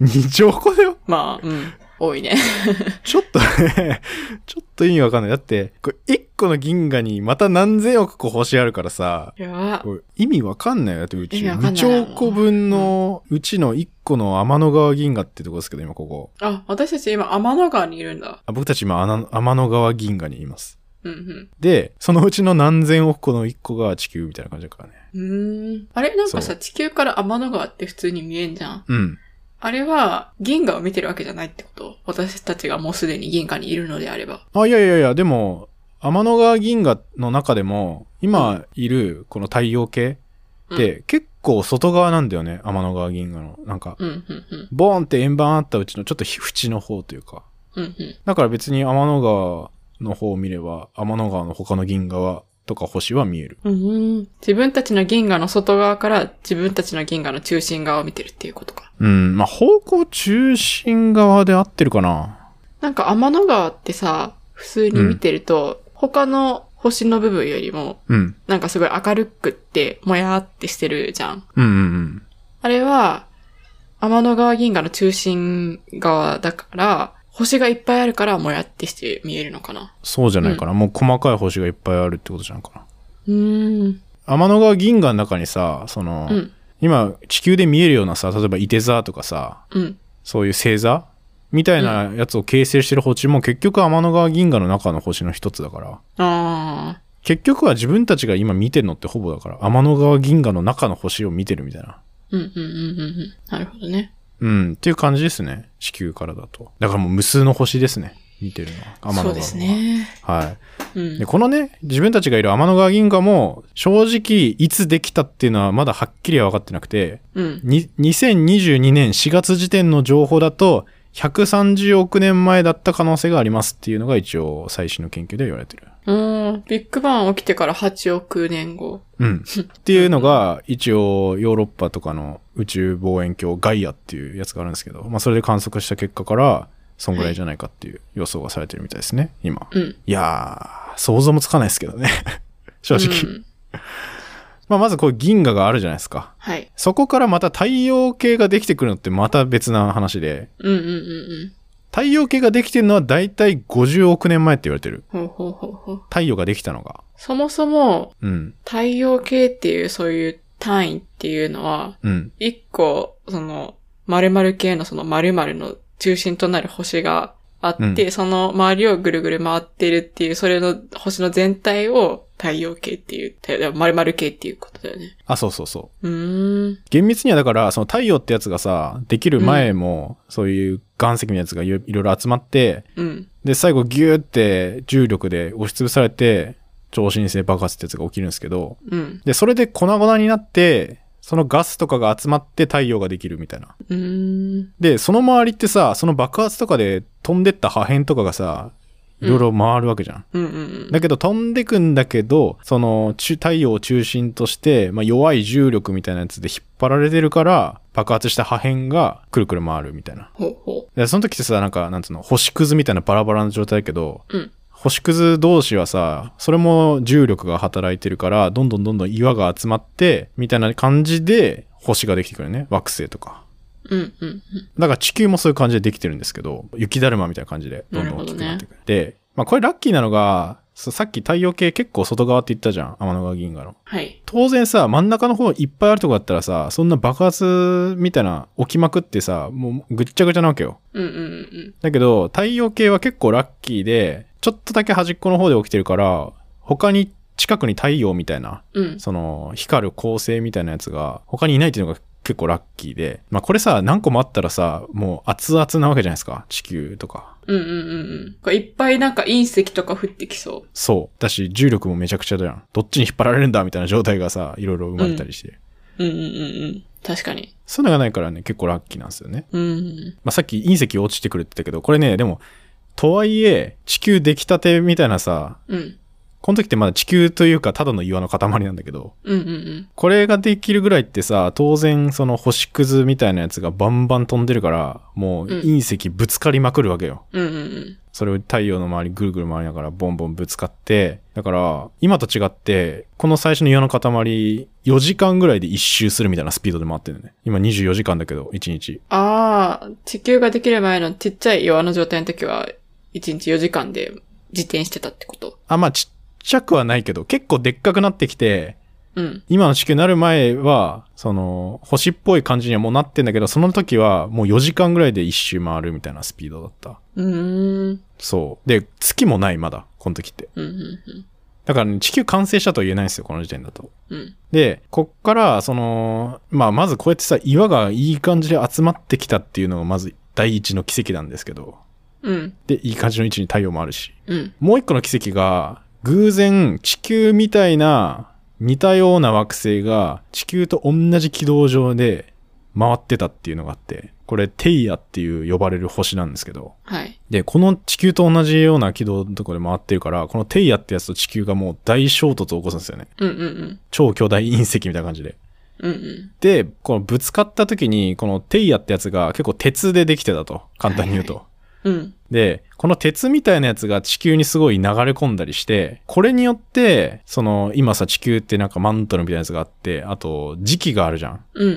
[SPEAKER 2] 2兆個だよ。
[SPEAKER 1] まあ、うん。多いね。
[SPEAKER 2] <laughs> ちょっとね、ちょっと意味わかんない。だって、これ1個の銀河にまた何千億個星あるからさ、
[SPEAKER 1] いや
[SPEAKER 2] これ意味わかんないよ。だって宇宙。
[SPEAKER 1] 意味わか
[SPEAKER 2] 2
[SPEAKER 1] んないな
[SPEAKER 2] 兆個分のうちの1個の天の川銀河ってとこですけど、今ここ。
[SPEAKER 1] あ、私たち今天の川にいるんだ。
[SPEAKER 2] あ僕たち今あな天の川銀河にいます。
[SPEAKER 1] うん、
[SPEAKER 2] で、そのうちの何千億個の1個が地球みたいな感じだからね。
[SPEAKER 1] うん。うーん。あれなんか
[SPEAKER 2] そ
[SPEAKER 1] さ、
[SPEAKER 2] う
[SPEAKER 1] 地球から天の川って普通に見えんじゃん。
[SPEAKER 2] うん。
[SPEAKER 1] あれは銀河を見てるわけじゃないってこと私たちがもうすでに銀河にいるのであれば。
[SPEAKER 2] あ、いやいやいや、でも、天の川銀河の中でも、今いるこの太陽系って、結構外側なんだよね、天の川銀河の。なんか、
[SPEAKER 1] うん、うん、うん。
[SPEAKER 2] ボーンって円盤あったうちのちょっと縁の方というか。
[SPEAKER 1] うん、うん。
[SPEAKER 2] だから別に天の川の方を見れば、天の川の他の銀河は、とか星は見える。
[SPEAKER 1] うん、自分たちの銀河の外側から自分たちの銀河の中心側を見てるっていうことか。
[SPEAKER 2] うん、まあ、方向中心側で合ってるかな。
[SPEAKER 1] なんか天の川ってさ、普通に見てると、他の星の部分よりも、
[SPEAKER 2] うん。
[SPEAKER 1] なんかすごい明るくって、もやーってしてるじゃん。
[SPEAKER 2] うんうんうん。
[SPEAKER 1] あれは、天の川銀河の中心側だから、星がいっぱいあるから、もやってして見えるのかな。
[SPEAKER 2] そうじゃないかな。もう細かい星がいっぱいあるってことじゃないかな。
[SPEAKER 1] うーん。
[SPEAKER 2] 天の川銀河の中にさ、その、
[SPEAKER 1] うん。
[SPEAKER 2] 今地球で見えるようなさ例えばいて座とかさ
[SPEAKER 1] うん。
[SPEAKER 2] そういう星座みたいなやつを形成してる星も結局天の川銀河の中の星の一つだから
[SPEAKER 1] あ
[SPEAKER 2] 結局は自分たちが今見てるのってほぼだから天の川銀河の中の星を見てるみたいな
[SPEAKER 1] ー。うんうんうんうんうん。なるほどね。
[SPEAKER 2] うんっていう感じですね地球からだとだからもう無数の星ですね見てるのは天の川
[SPEAKER 1] そう
[SPEAKER 2] の
[SPEAKER 1] ですね。
[SPEAKER 2] はい
[SPEAKER 1] うん
[SPEAKER 2] で。このね自分たちがいる天の川銀河も正直いつできたっていうのはまだはっきりは分かってなくて
[SPEAKER 1] うん。
[SPEAKER 2] に2022年4月時点の情報だと130億年前だった可能性がありますっていうのが一応最新の研究では言われてる。
[SPEAKER 1] うーん。ビッグバン起きてから8億年後。
[SPEAKER 2] うん、っていうのが一応ヨーロッパとかの宇宙望遠鏡ガイアっていうやつがあるんですけど、まあ、それで観測した結果からそんぐらいじゃないかっていう予想がされてるみたいですね今。
[SPEAKER 1] うん。
[SPEAKER 2] いやー想像もつかないですけどね <laughs> 正直、
[SPEAKER 1] うん。
[SPEAKER 2] まあ、まずこう銀河があるじゃないですか
[SPEAKER 1] はい。
[SPEAKER 2] そこからまた太陽系ができてくるのってまた別な話で
[SPEAKER 1] うんうんうん
[SPEAKER 2] 太陽系ができてるのは大体50億年前って言われてる。
[SPEAKER 1] うん。ほうほうほうほう。
[SPEAKER 2] 太陽ができたのが。
[SPEAKER 1] そもそも、
[SPEAKER 2] うん。
[SPEAKER 1] 太陽系っていうそういう単位っていうのは、
[SPEAKER 2] うん。
[SPEAKER 1] 一個、その、〇〇系のその〇〇の中心となる星があって、
[SPEAKER 2] う
[SPEAKER 1] その周りをぐるぐる回ってるっていう、それの星の全体を太陽系っていう、太陽〇〇系っていうことだよね。
[SPEAKER 2] あ、そうそうそう。
[SPEAKER 1] うーん。
[SPEAKER 2] 厳密にはだから、その太陽ってやつがさ、できる前も、そういう岩石のやつがいろいろいろ集まって、
[SPEAKER 1] うん。
[SPEAKER 2] で、最後ギューって重力で押しつぶされて、超新星爆発ってやつが起きるんですけど、
[SPEAKER 1] うん。
[SPEAKER 2] で、それで粉々になって、そのガスとかが集まって太陽ができるみたいな。
[SPEAKER 1] うーん。
[SPEAKER 2] で、その周りってさ、その爆発とかで飛んでった破片とかがさ、いろいろ回るわけじゃん。
[SPEAKER 1] うんうんうん。
[SPEAKER 2] だけど飛んでくんだけど、その、中太陽を中心として、まあ、弱い重力みたいなやつで引っ張られてるから、爆発した破片がくるくる回るみたいな。
[SPEAKER 1] ほうほ
[SPEAKER 2] でその時ってさ、なんか、なんつうの、星屑みたいなバラバラな状態だけど、
[SPEAKER 1] う。うん。
[SPEAKER 2] 星屑同士はさ、それも重力が働いてるから、どんどんどんどん岩が集まって、みたいな感じで星ができてくるよね。惑星とか。
[SPEAKER 1] うんうん
[SPEAKER 2] だから地球もそういう感じでできてるんですけど、雪だるまみたいな感じでどんどん大きくなってくる。で、まあこれラッキーなのが、そうさっき太陽系結構外側って言ったじゃん。天の川銀河の。
[SPEAKER 1] はい。
[SPEAKER 2] 当然さ、真ん中の方いっぱいあるとこだったらさ、そんな爆発みたいな起きまくってさ、もうぐっちゃぐちゃなわけよ。
[SPEAKER 1] うんうんうん
[SPEAKER 2] だけど、太陽系は結構ラッキーで、ちょっとだけ端っこの方で起きてるから、他に近くに太陽みたいな、
[SPEAKER 1] うん。うん。
[SPEAKER 2] その光る恒星みたいなやつが他にいないっていうのが結構ラッキーで、まあこれさ、何個もあったらさ、もう熱々なわけじゃないですか、地球とか。
[SPEAKER 1] うんうんうんうん。これいっぱいなんか隕石とか降ってきそ
[SPEAKER 2] そう。だし、重力もめちゃくちゃだよ。どっちに引っ張られるんだみたいな状態がさ、いろいろ生まれたりして。
[SPEAKER 1] う。うんうんうんうん。確かに。
[SPEAKER 2] そういうのがないからね、結構ラッキーなんですよね。
[SPEAKER 1] うん。
[SPEAKER 2] まあ、さっき隕石落ちてくるって言ったけど、これね、でも、とはいえ、地球出来たてみたいなさ、
[SPEAKER 1] うん。
[SPEAKER 2] この時ってまだ地球というかただの岩の塊なんだけど、
[SPEAKER 1] うんうんうん。
[SPEAKER 2] これができるぐらいってさ、当然その星屑みたいなやつがバンバン飛んでるから、もう
[SPEAKER 1] うん
[SPEAKER 2] 隕石ぶつかりまくるわけよ。
[SPEAKER 1] うんうんうん。
[SPEAKER 2] それを太陽の周りぐるぐる回りながらボンボンぶつかって、だから今と違って、この最初の岩の塊4時間ぐらいで一周するみたいなスピードで回ってるのね。今24時間だけど、1日。
[SPEAKER 1] ああ、地球ができる前のちっちゃい岩の状態の時は、1日4時間で自転してたってこと。
[SPEAKER 2] あ、まあちっちゃくはないけど、結構でっかくなってきて、
[SPEAKER 1] うん。
[SPEAKER 2] 今の地球になる前は、その、星っぽい感じにはもうなってんだけど、その時はもう4時間ぐらいで一周回るみたいなスピードだった。
[SPEAKER 1] うーん。
[SPEAKER 2] そう。で、月もないまだ、この時って。
[SPEAKER 1] うんうん
[SPEAKER 2] だから、ね、地球完成したとは言えないんですよ、この時点だと。
[SPEAKER 1] うん。うん。
[SPEAKER 2] で、こっから、その、まあ、まずこうやってさ、岩がいい感じで集まってきたっていうのが、まず第一の奇跡なんですけど、
[SPEAKER 1] うん。
[SPEAKER 2] で、いい感じの位置に太陽もあるし、
[SPEAKER 1] うん。
[SPEAKER 2] もう一個の奇跡が、偶然地球みたいな似たような惑星が地球と同じ軌道上で回ってたっていうのがあって、これテイアっていう呼ばれる星なんですけど、
[SPEAKER 1] はい。
[SPEAKER 2] で、この地球と同じような軌道のところで回ってるから、このテイアってやつと地球がもう大衝突を起こすんですよね。
[SPEAKER 1] うんうんうん。
[SPEAKER 2] 超巨大隕石みたいな感じで。
[SPEAKER 1] うんうん。
[SPEAKER 2] で、このぶつかった時に、このテイアってやつが結構鉄でできてたと。簡単に言うと。
[SPEAKER 1] うん。
[SPEAKER 2] で、この鉄みたいなやつが地球にすごい流れ込んだりして、これによって、その、今さ、地球ってなんかマントルみたいなやつがあって、あと、磁気があるじゃん。
[SPEAKER 1] うんう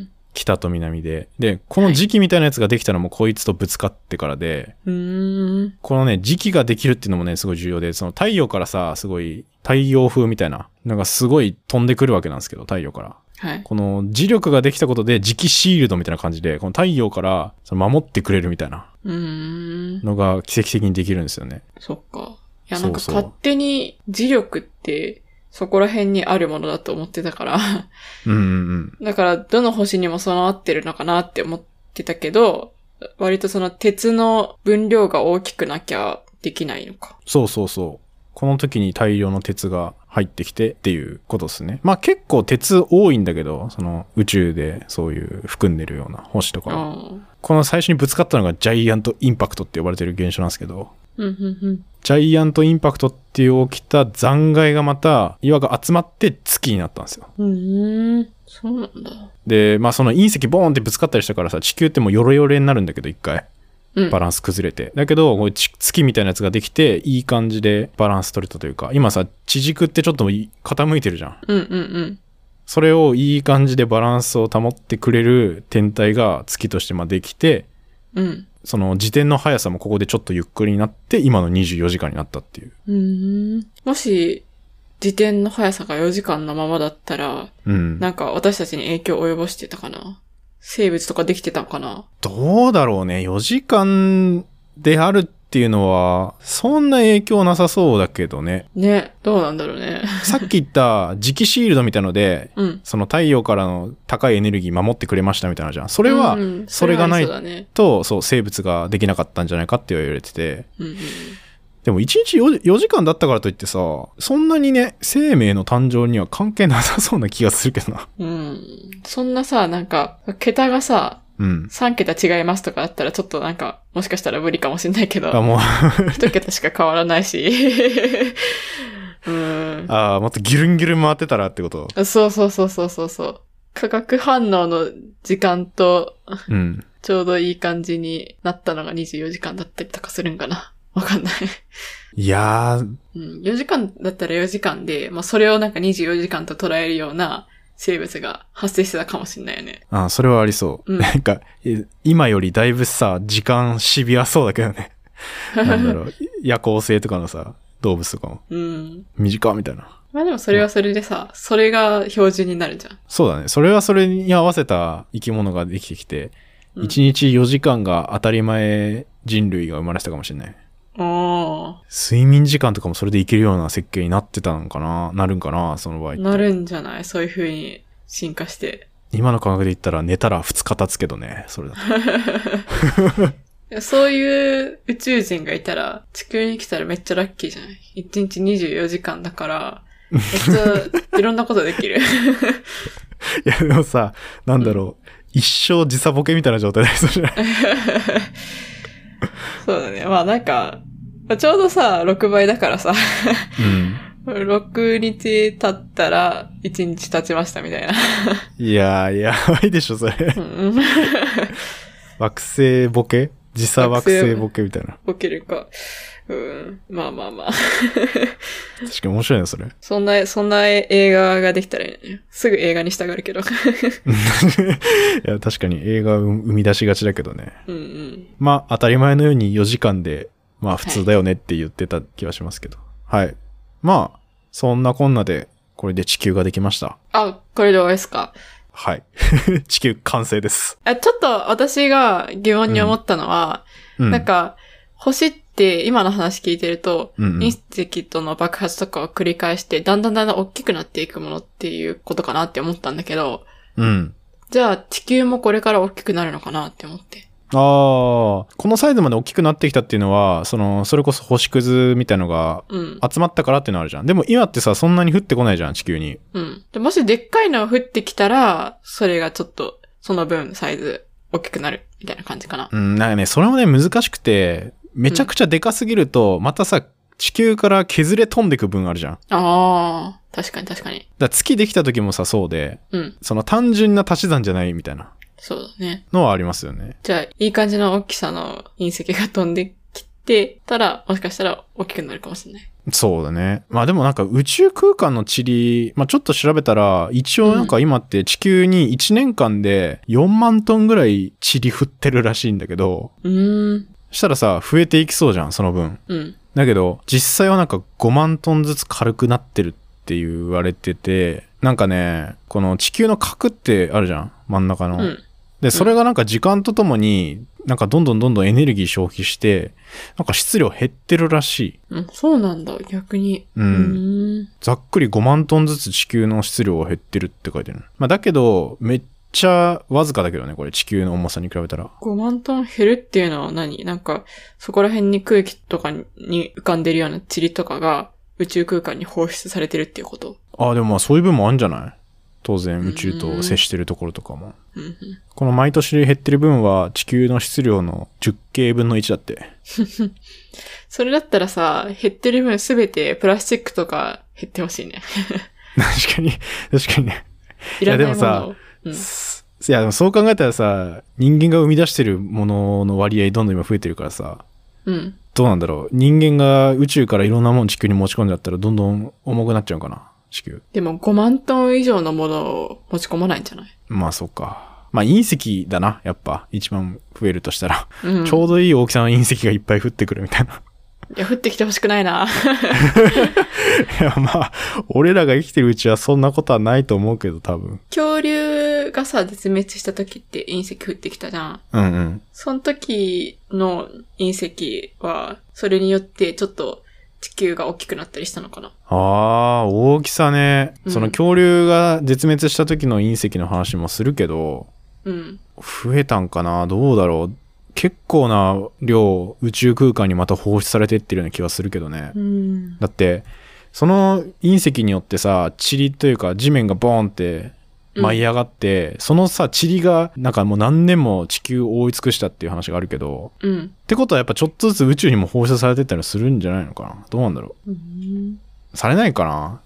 [SPEAKER 1] ん
[SPEAKER 2] 北と南で。で、この磁気みたいなやつができたのもこいつとぶつかってからで、
[SPEAKER 1] うん。うーん。
[SPEAKER 2] このね、磁気ができるっていうのもね、すごい重要で、その太陽からさ、すごい、太陽風みたいな、なんかすごい飛んでくるわけなんですけど、太陽から。
[SPEAKER 1] はい。
[SPEAKER 2] この磁力ができたことで磁気シールドみたいな感じで、この太陽からその守ってくれるみたいな
[SPEAKER 1] うーん。
[SPEAKER 2] のが奇跡的にできるんですよね。
[SPEAKER 1] そっか。いや、
[SPEAKER 2] そ
[SPEAKER 1] な
[SPEAKER 2] うん
[SPEAKER 1] か
[SPEAKER 2] そう
[SPEAKER 1] 勝手に磁力ってそこら辺にあるものだと思ってたから、 <laughs>
[SPEAKER 2] うんうんうん。
[SPEAKER 1] だからどの星にも備わってるのかなって思ってたけど、割とその鉄の分量が大きくなきゃできないのか。
[SPEAKER 2] そうそうそう。この時に大量の鉄が入ってきてっていうことですね。まあ結構鉄多いんだけど、その宇宙でそういう含んでるような星とかは。
[SPEAKER 1] ああ。
[SPEAKER 2] この最初にぶつかったのがジャイアントインパクトって呼ばれてる現象なんですけど、
[SPEAKER 1] うん、うん、
[SPEAKER 2] ジャイアントインパクトっていう起きた残骸がまた岩が集まって月になったんですよ。
[SPEAKER 1] うん。うーん。そうなんだ。
[SPEAKER 2] で、まあその隕石ボーンってぶつかったりしたからさ、地球ってもうヨロヨロになるんだけど一回。
[SPEAKER 1] うん
[SPEAKER 2] バ。ランス崩れて。だけど、こうち月みたいなやつができて、いい感じでバランス取れたというか、今さ、地軸ってちょっとい傾いてるじゃん。
[SPEAKER 1] うん、うん、うん。
[SPEAKER 2] それをいい感じでバランスを保ってくれる天体が月としてまあできて、
[SPEAKER 1] うん。
[SPEAKER 2] その自転の速さもここでちょっとゆっくりになって、今の24時間になったっていう。
[SPEAKER 1] うーん。もし、自転の速さが4時間のままだったら、
[SPEAKER 2] うん。
[SPEAKER 1] なんか私たちに影響を及ぼしてたかな生物とかできてたのかな
[SPEAKER 2] どうだろうね。4時間であるっていうのは、そんな影響なさそうだけど
[SPEAKER 1] <laughs>
[SPEAKER 2] ね。
[SPEAKER 1] ね、どうなんだろ
[SPEAKER 2] <laughs>
[SPEAKER 1] うね。
[SPEAKER 2] さっき言った磁気シールドみたいので、
[SPEAKER 1] うん。
[SPEAKER 2] その太陽からの高いエネルギー守ってくれましたみたいなのじゃん。それは、
[SPEAKER 1] うんうん
[SPEAKER 2] それがない
[SPEAKER 1] そはありそうだね。
[SPEAKER 2] と、そう、生物ができなかったんじゃないかって言われてて。
[SPEAKER 1] うんうん
[SPEAKER 2] でも1日 4, 4時間だったからといってさ、そんなにね、生命の誕生には関係なさそうな気がするけどな。 <laughs>
[SPEAKER 1] うん。うん。そんなさ、なんか、桁がさ、
[SPEAKER 2] うん。
[SPEAKER 1] 3桁違いますとかだったらちょっとなんか、もしかしたら無理かもしれないけど
[SPEAKER 2] あ、、
[SPEAKER 1] <laughs>
[SPEAKER 2] もう、
[SPEAKER 1] 1桁しか変わらないし。 <laughs> うん。
[SPEAKER 2] ああ、もっとギュルンギュルン回ってたらってこと。
[SPEAKER 1] そうそうそうそうそうそう。化学反応の時間と
[SPEAKER 2] うん。
[SPEAKER 1] ちょうどいい感じになったのが24時間だったりとかするんかな。わかんない。
[SPEAKER 2] いやー、
[SPEAKER 1] うん、4時間だったら4時間で、まあそれをなんか24時間と捉えるような生物が発生してたかもしれないよね。
[SPEAKER 2] あーそれはありそう。
[SPEAKER 1] うん
[SPEAKER 2] なんか、え今よりだいぶさ、時間シビアそうだけど
[SPEAKER 1] <laughs>
[SPEAKER 2] ね。なんだろう、夜行性とかのさ、動物とかも。
[SPEAKER 1] うん。
[SPEAKER 2] 短みたいな。
[SPEAKER 1] まあでもそれはそれでさ、それが標準になるじゃん。
[SPEAKER 2] そうだね。それはそれに合わせた生き物ができてきて、
[SPEAKER 1] うん
[SPEAKER 2] 1日4時間が当たり前人類が生まれてたかもしれない。
[SPEAKER 1] おー
[SPEAKER 2] 睡眠時間とかもそれでいけるような設計になってたのかななるんかなその場合って。
[SPEAKER 1] なるんじゃないそういう風に進化して。
[SPEAKER 2] 今の感覚で言ったら寝たら2日経つけどね。それだと。
[SPEAKER 1] そういう宇宙人がいたら、地球に来たらめっちゃラッキーじゃない ?1 日24時間だから、めっちゃいろんなことできる。
[SPEAKER 2] いやでもさ、なんだろう。一生時差ボケみたいな状態でそう
[SPEAKER 1] <laughs>
[SPEAKER 2] じゃない
[SPEAKER 1] そうだね。まあなんか、まあちょうどさ、6倍だからさ、
[SPEAKER 2] うん。
[SPEAKER 1] 6日経ったら1日経ちましたみたいな。
[SPEAKER 2] いやー、やばいでしょ、それ。
[SPEAKER 1] うん
[SPEAKER 2] <laughs> 惑星ボケ時差惑星ボケみたいな。
[SPEAKER 1] 起きるか。うん。まあまあまあ。 <laughs>
[SPEAKER 2] 確かに面白いね、それ。 <laughs>
[SPEAKER 1] そんな、そんな映画ができたらいいね。すぐ映画にしたがるけど。 <laughs>
[SPEAKER 2] いや、確かに映画を生み出しがちだけどね。
[SPEAKER 1] うんうん。
[SPEAKER 2] まあ、当たり前のように4時間で、まあ、普通だよねって言ってた気はしますけど。はい。まあ、そんなこんなで、これで地球ができました。
[SPEAKER 1] あ、これで終わりですか。
[SPEAKER 2] はい。 <laughs> 地球完成です。
[SPEAKER 1] あちょっと私が疑問に思ったのは、
[SPEAKER 2] うん。
[SPEAKER 1] なんか、星って今の話聞いてると、
[SPEAKER 2] うんうん、
[SPEAKER 1] 隕石との爆発とかを繰り返して、だんだんだんだん大きくなっていくものっていうことかなって思ったんだけど、
[SPEAKER 2] うん。
[SPEAKER 1] じゃあ地球もこれから大きくなるのかなって思って。
[SPEAKER 2] ああ、このサイズまで大きくなってきたっていうのは、その、それこそ星屑みたいのが
[SPEAKER 1] うん。
[SPEAKER 2] 集まったからっていうのあるじゃん。でも今ってさ、そんなに降ってこないじゃん、地球に。
[SPEAKER 1] うん。でもしでっかいのが降ってきたら、それがちょっと、その分サイズ大きくなるみたいな感じかな。
[SPEAKER 2] うん、なんかね、それもね、難しくて、めちゃくちゃでかすぎると、またさ、地球から削れ飛んでく分あるじゃん。だか
[SPEAKER 1] ああ、確かに確かに。
[SPEAKER 2] ら月できた時もさ、そうで、
[SPEAKER 1] うん。
[SPEAKER 2] その単純な足し算じゃないみたいな
[SPEAKER 1] そうだね。
[SPEAKER 2] のはありますよね。
[SPEAKER 1] じゃあ、いい感じの大きさの隕石が飛んできてたら、もしかしたら大きくなるかもしれない。
[SPEAKER 2] そうだね。まあでもなんか宇宙空間の塵、まあちょっと調べたら、一応なんか今って地球に1年間で4万トンぐらい塵降ってるらしいんだけど、
[SPEAKER 1] うーん。
[SPEAKER 2] したらさ、増えていきそうじゃん、その分。
[SPEAKER 1] うん。
[SPEAKER 2] だけど、実際はなんか5万トンずつ軽くなってるって言われてて、なんかね、この地球の核ってあるじゃん、真ん中の。
[SPEAKER 1] うん。
[SPEAKER 2] で、それがなんか時間とともに、なんかどんどんどんどんエネルギー消費して、なんか質量減ってるらしい。
[SPEAKER 1] うん、そうなんだ、逆に。
[SPEAKER 2] うん
[SPEAKER 1] うーん。
[SPEAKER 2] ざっくり5万トンずつ地球の質量が減ってるって書いてる。まあだけど、めっちゃわずかだけどね、これ地球の重さに比べたら。
[SPEAKER 1] 5万トン減るっていうのは何なんか、そこら辺に空気とかに浮かんでるような塵とかが宇宙空間に放出されてるっていうこと
[SPEAKER 2] ああ、でもまあそういう分もあるんじゃない当然
[SPEAKER 1] うん
[SPEAKER 2] 宇宙と接してるところとかも。
[SPEAKER 1] うんうん。
[SPEAKER 2] この毎年減ってる分は地球の質量の10系分の1だって。
[SPEAKER 1] それだったらさ、減ってる分すべてプラスチックとか減ってほしいね。
[SPEAKER 2] <laughs> 確かに、確かにね。
[SPEAKER 1] いらないもの
[SPEAKER 2] い
[SPEAKER 1] を。
[SPEAKER 2] やでも
[SPEAKER 1] うん、
[SPEAKER 2] すいや、でもそう考えたらさ、人間が生み出してるものの割合どんどん今増えてるからさ、
[SPEAKER 1] うん。
[SPEAKER 2] どうなんだろう。人間が宇宙からいろんなもの地球に持ち込んじゃったらどんどん重くなっちゃうかな、地球。
[SPEAKER 1] でも5万トン以上のものを持ち込まないんじゃない、
[SPEAKER 2] まあそうか。まあ隕石だな、やっぱ。一番増えるとしたら。
[SPEAKER 1] うん、
[SPEAKER 2] ちょうどいい大きさの隕石がいっぱい降ってくるみたいな。 <laughs>
[SPEAKER 1] いや、降ってきてほしくないな。 <laughs>
[SPEAKER 2] いや、まあ、俺らが生きてるうちはそんなことはないと思うけど、多分。
[SPEAKER 1] 恐竜がさ、絶滅した時って隕石降ってきたじゃん。
[SPEAKER 2] うんうん。
[SPEAKER 1] その時の隕石は、それによってちょっと地球が大きくなったりしたのかな。
[SPEAKER 2] ああー、大きさね。
[SPEAKER 1] うん
[SPEAKER 2] その恐竜が絶滅した時の隕石の話もするけど、
[SPEAKER 1] うん。
[SPEAKER 2] 増えたんかなどうだろう結構な量、宇宙空間にまた放出されてってるような気はするけどね。
[SPEAKER 1] うん。
[SPEAKER 2] だってその隕石によってさ塵というか地面がボーンって
[SPEAKER 1] うん
[SPEAKER 2] 舞い上がって、そのさ、塵が、なんかもう何年も地球を覆い尽くしたっていう話があるけど、
[SPEAKER 1] うん。
[SPEAKER 2] ってことはやっぱちょっとずつ宇宙にも放射されてったりするんじゃないのかなどうなんだろ
[SPEAKER 1] うん
[SPEAKER 2] うされないかな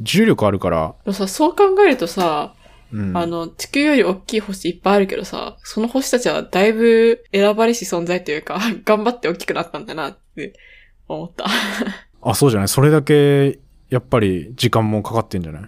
[SPEAKER 2] 重力あるから、
[SPEAKER 1] でもさ、そう考えるとさ、
[SPEAKER 2] うん。
[SPEAKER 1] あの、地球より大きい星いっぱいあるけどさ、その星たちはだいぶ選ばれし存在というか、 <laughs> 頑張って大きくなったんだなって思った。
[SPEAKER 2] あ、そうじゃないそれだけ、やっぱり時間もかかってんじゃない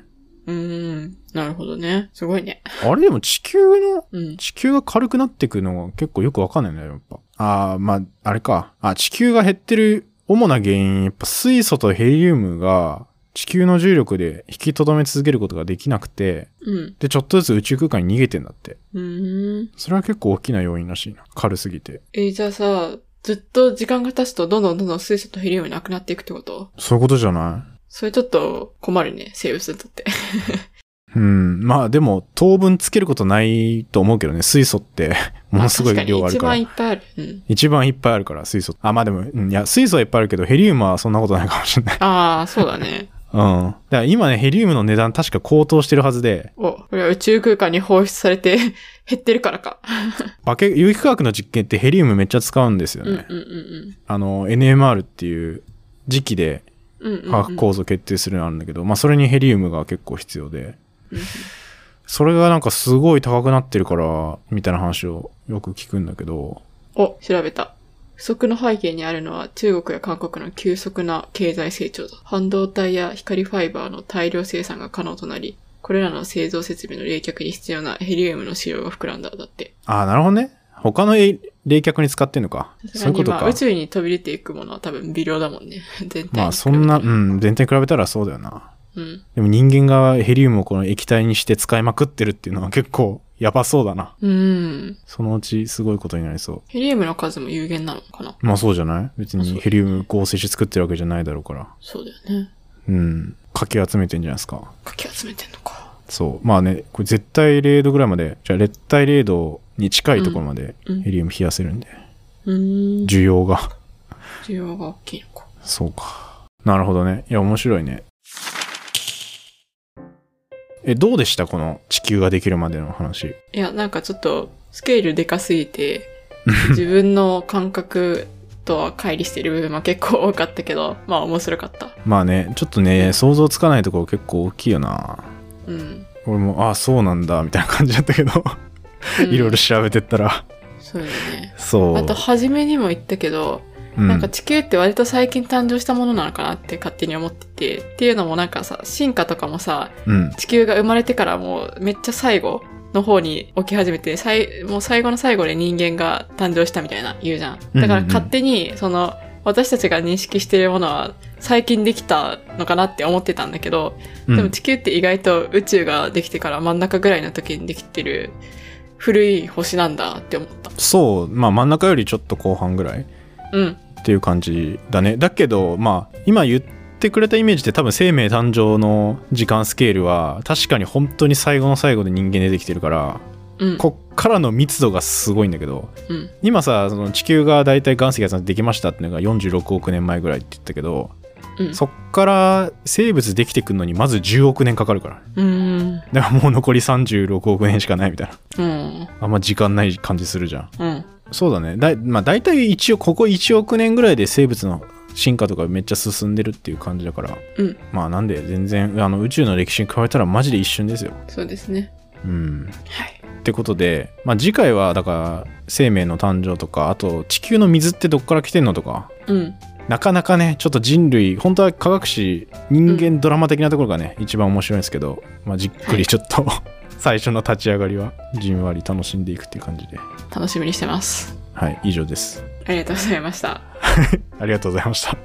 [SPEAKER 1] うん。なるほどね。すごいね。
[SPEAKER 2] あれでも地球の、
[SPEAKER 1] うん。
[SPEAKER 2] 地球が軽くなってくのが結構よくわかんないんだよ、やっぱ。ああ、まあ、あれか。あ、地球が減ってる主な原因、やっぱ水素とヘリウムが地球の重力で引きとどめ続けることができなくて、
[SPEAKER 1] うん。
[SPEAKER 2] で、ちょっとずつ宇宙空間に逃げてんだって。
[SPEAKER 1] うん。
[SPEAKER 2] それは結構大きな要因らしいな。軽すぎて。
[SPEAKER 1] えーじゃあさ、ずっと時間が経つとどんどんどんどん水素とヘリウムなくなっていくってこと
[SPEAKER 2] そういうことじゃない
[SPEAKER 1] それちょっと困るね、生物にとって。
[SPEAKER 2] うん。まあでも、当分つけることないと思うけどね、水素って、 <laughs> も <laughs> のすごい量があるから。
[SPEAKER 1] ま確かに一番いっぱいある。うん。
[SPEAKER 2] 一番いっぱいあるから、水素。あ、まあでも、うん、いや、水素はいっぱいあるけど、ヘリウムはそんなことないかもしれない。 <laughs>
[SPEAKER 1] ああ、そうだね。 <laughs>
[SPEAKER 2] うん。だから今ね、ヘリウムの値段確か高騰してるはずで、
[SPEAKER 1] お、これは宇宙空間に放出されて <laughs> 減ってるからか。
[SPEAKER 2] 化け、有機化学の実験ってヘリウムめっちゃ使うんですよ
[SPEAKER 1] うんうん
[SPEAKER 2] ね。
[SPEAKER 1] うん
[SPEAKER 2] あの、NMR っていう時期で
[SPEAKER 1] うん。うんうんうん、
[SPEAKER 2] 化学構造決定するのあるんだけど、まあそれにヘリウムが結構必要で
[SPEAKER 1] うんうん、
[SPEAKER 2] それがなんかすごい高くなってるから、みたいな話をよく聞くんだけど、
[SPEAKER 1] お、調べた。不足の背景にあるのは中国や韓国の急速な経済成長だ。半導体や光ファイバーの大量生産が可能となり、これらの製造設備の冷却に必要なヘリウムの使用が膨らんだ。だって。
[SPEAKER 2] ああ、なるほどね。他の冷却に使ってんのか。
[SPEAKER 1] さす
[SPEAKER 2] そうい
[SPEAKER 1] が
[SPEAKER 2] うこ
[SPEAKER 1] に
[SPEAKER 2] と
[SPEAKER 1] まあ
[SPEAKER 2] か
[SPEAKER 1] 宇。宙に飛び出ていくものは多分微量だもんね。 <laughs> 全体に比べて
[SPEAKER 2] まあそんな、うん、全体に比べたらそうだよな。
[SPEAKER 1] うん。
[SPEAKER 2] でも人間がヘリウムをこの液体にして使いまくってるっていうのは結構やばそうだな。
[SPEAKER 1] うん。
[SPEAKER 2] そのうちすごいことになりそ
[SPEAKER 1] ヘリウムの数も有限なのかな
[SPEAKER 2] う。まあそうじゃない別
[SPEAKER 1] あそ
[SPEAKER 2] に
[SPEAKER 1] う
[SPEAKER 2] ヘリウム合成して作ってるわけじゃないだろうから。
[SPEAKER 1] そうだよね。
[SPEAKER 2] うん。かき集めてんじゃないですか。
[SPEAKER 1] かき集めてんのか。
[SPEAKER 2] そう。まあね、これ絶対0度ぐらいまで、じゃあ熱帯0度に近いところまで
[SPEAKER 1] うんうん
[SPEAKER 2] ヘリウム冷やせるんで。
[SPEAKER 1] うーん。
[SPEAKER 2] 需要が。
[SPEAKER 1] 需要が大きいのか。
[SPEAKER 2] そうか。なるほどね。いや、面白いね。え、どうでしたこの地球ができるまでの話。
[SPEAKER 1] いや、なんかちょっと、スケールでかす
[SPEAKER 2] <laughs>
[SPEAKER 1] ぎて、自分の感覚とは乖離してる部分は結構多かったけど、まあ面白かった。
[SPEAKER 2] まあね、ちょっとね、想像つかないところ結構大きいよな。
[SPEAKER 1] うん。
[SPEAKER 2] 俺も、ああ、そうなんだ、みたいな感じだったけど、
[SPEAKER 1] うん
[SPEAKER 2] いろいろ調べてったら、
[SPEAKER 1] そうだね。
[SPEAKER 2] そう。
[SPEAKER 1] あと、初めにも言ったけど、
[SPEAKER 2] うん、
[SPEAKER 1] なんか地球って割と最近誕生したものなのかなって勝手に思ってて、っていうのもなんかさ、進化とかもさ、
[SPEAKER 2] うん、
[SPEAKER 1] 地球が生まれてからもうめっちゃ最後の方に起き始めて最もう最後の最後で人間が誕生したみたいな言うじゃんだか
[SPEAKER 2] うんうんう
[SPEAKER 1] ら
[SPEAKER 2] ん
[SPEAKER 1] 勝手にその私たちが認識してるものは最近できたのかなって思ってたんだけど、
[SPEAKER 2] うん
[SPEAKER 1] でも地球って意外と宇宙ができてから真ん中ぐらいの時にできてる古い星なんだって思った
[SPEAKER 2] そう、まあ真ん中よりちょっと後半ぐらい
[SPEAKER 1] うん
[SPEAKER 2] っていう感じだね。だけど、まあ、今言ってくれたイメージって多分生命誕生の時間スケールは、確かに本当に最後の最後で人間出てきてるから、
[SPEAKER 1] うん
[SPEAKER 2] こっからの密度がすごいんだけど、
[SPEAKER 1] うん
[SPEAKER 2] 今さ、その地球が大体岩石ができましたっていうのが46億年前ぐらいって言ったけど、
[SPEAKER 1] うん
[SPEAKER 2] そっから生物できてくるのにまず10億年かかるから。
[SPEAKER 1] うーん
[SPEAKER 2] だからもう残り36億年しかないみたいな。
[SPEAKER 1] うん
[SPEAKER 2] あんま時間ない感じするじゃん。
[SPEAKER 1] うん
[SPEAKER 2] そうだね。だいまあ大体一応ここ1億年ぐらいで生物の進化とかめっちゃ進んでるっていう感じだから。
[SPEAKER 1] うん
[SPEAKER 2] まあなんで全然あの宇宙の歴史に比べたらマジで一瞬ですよ。
[SPEAKER 1] そうですね
[SPEAKER 2] うん。
[SPEAKER 1] はい
[SPEAKER 2] ってことで、まあ次回はだから生命の誕生とか、あと地球の水ってどっから来てんのとか。
[SPEAKER 1] うん
[SPEAKER 2] なかなかね、ちょっと人類、本当は科学史、人間ドラマ的なところがね、一番面白いんですけど、まあ、じっくりちょっと、 <laughs> 最初の立ち上がりは、じんわり楽しんでいくっていう感じで、
[SPEAKER 1] 楽しみにしてます
[SPEAKER 2] はい、以上です。
[SPEAKER 1] ありがとうございました
[SPEAKER 2] ありがとうございました。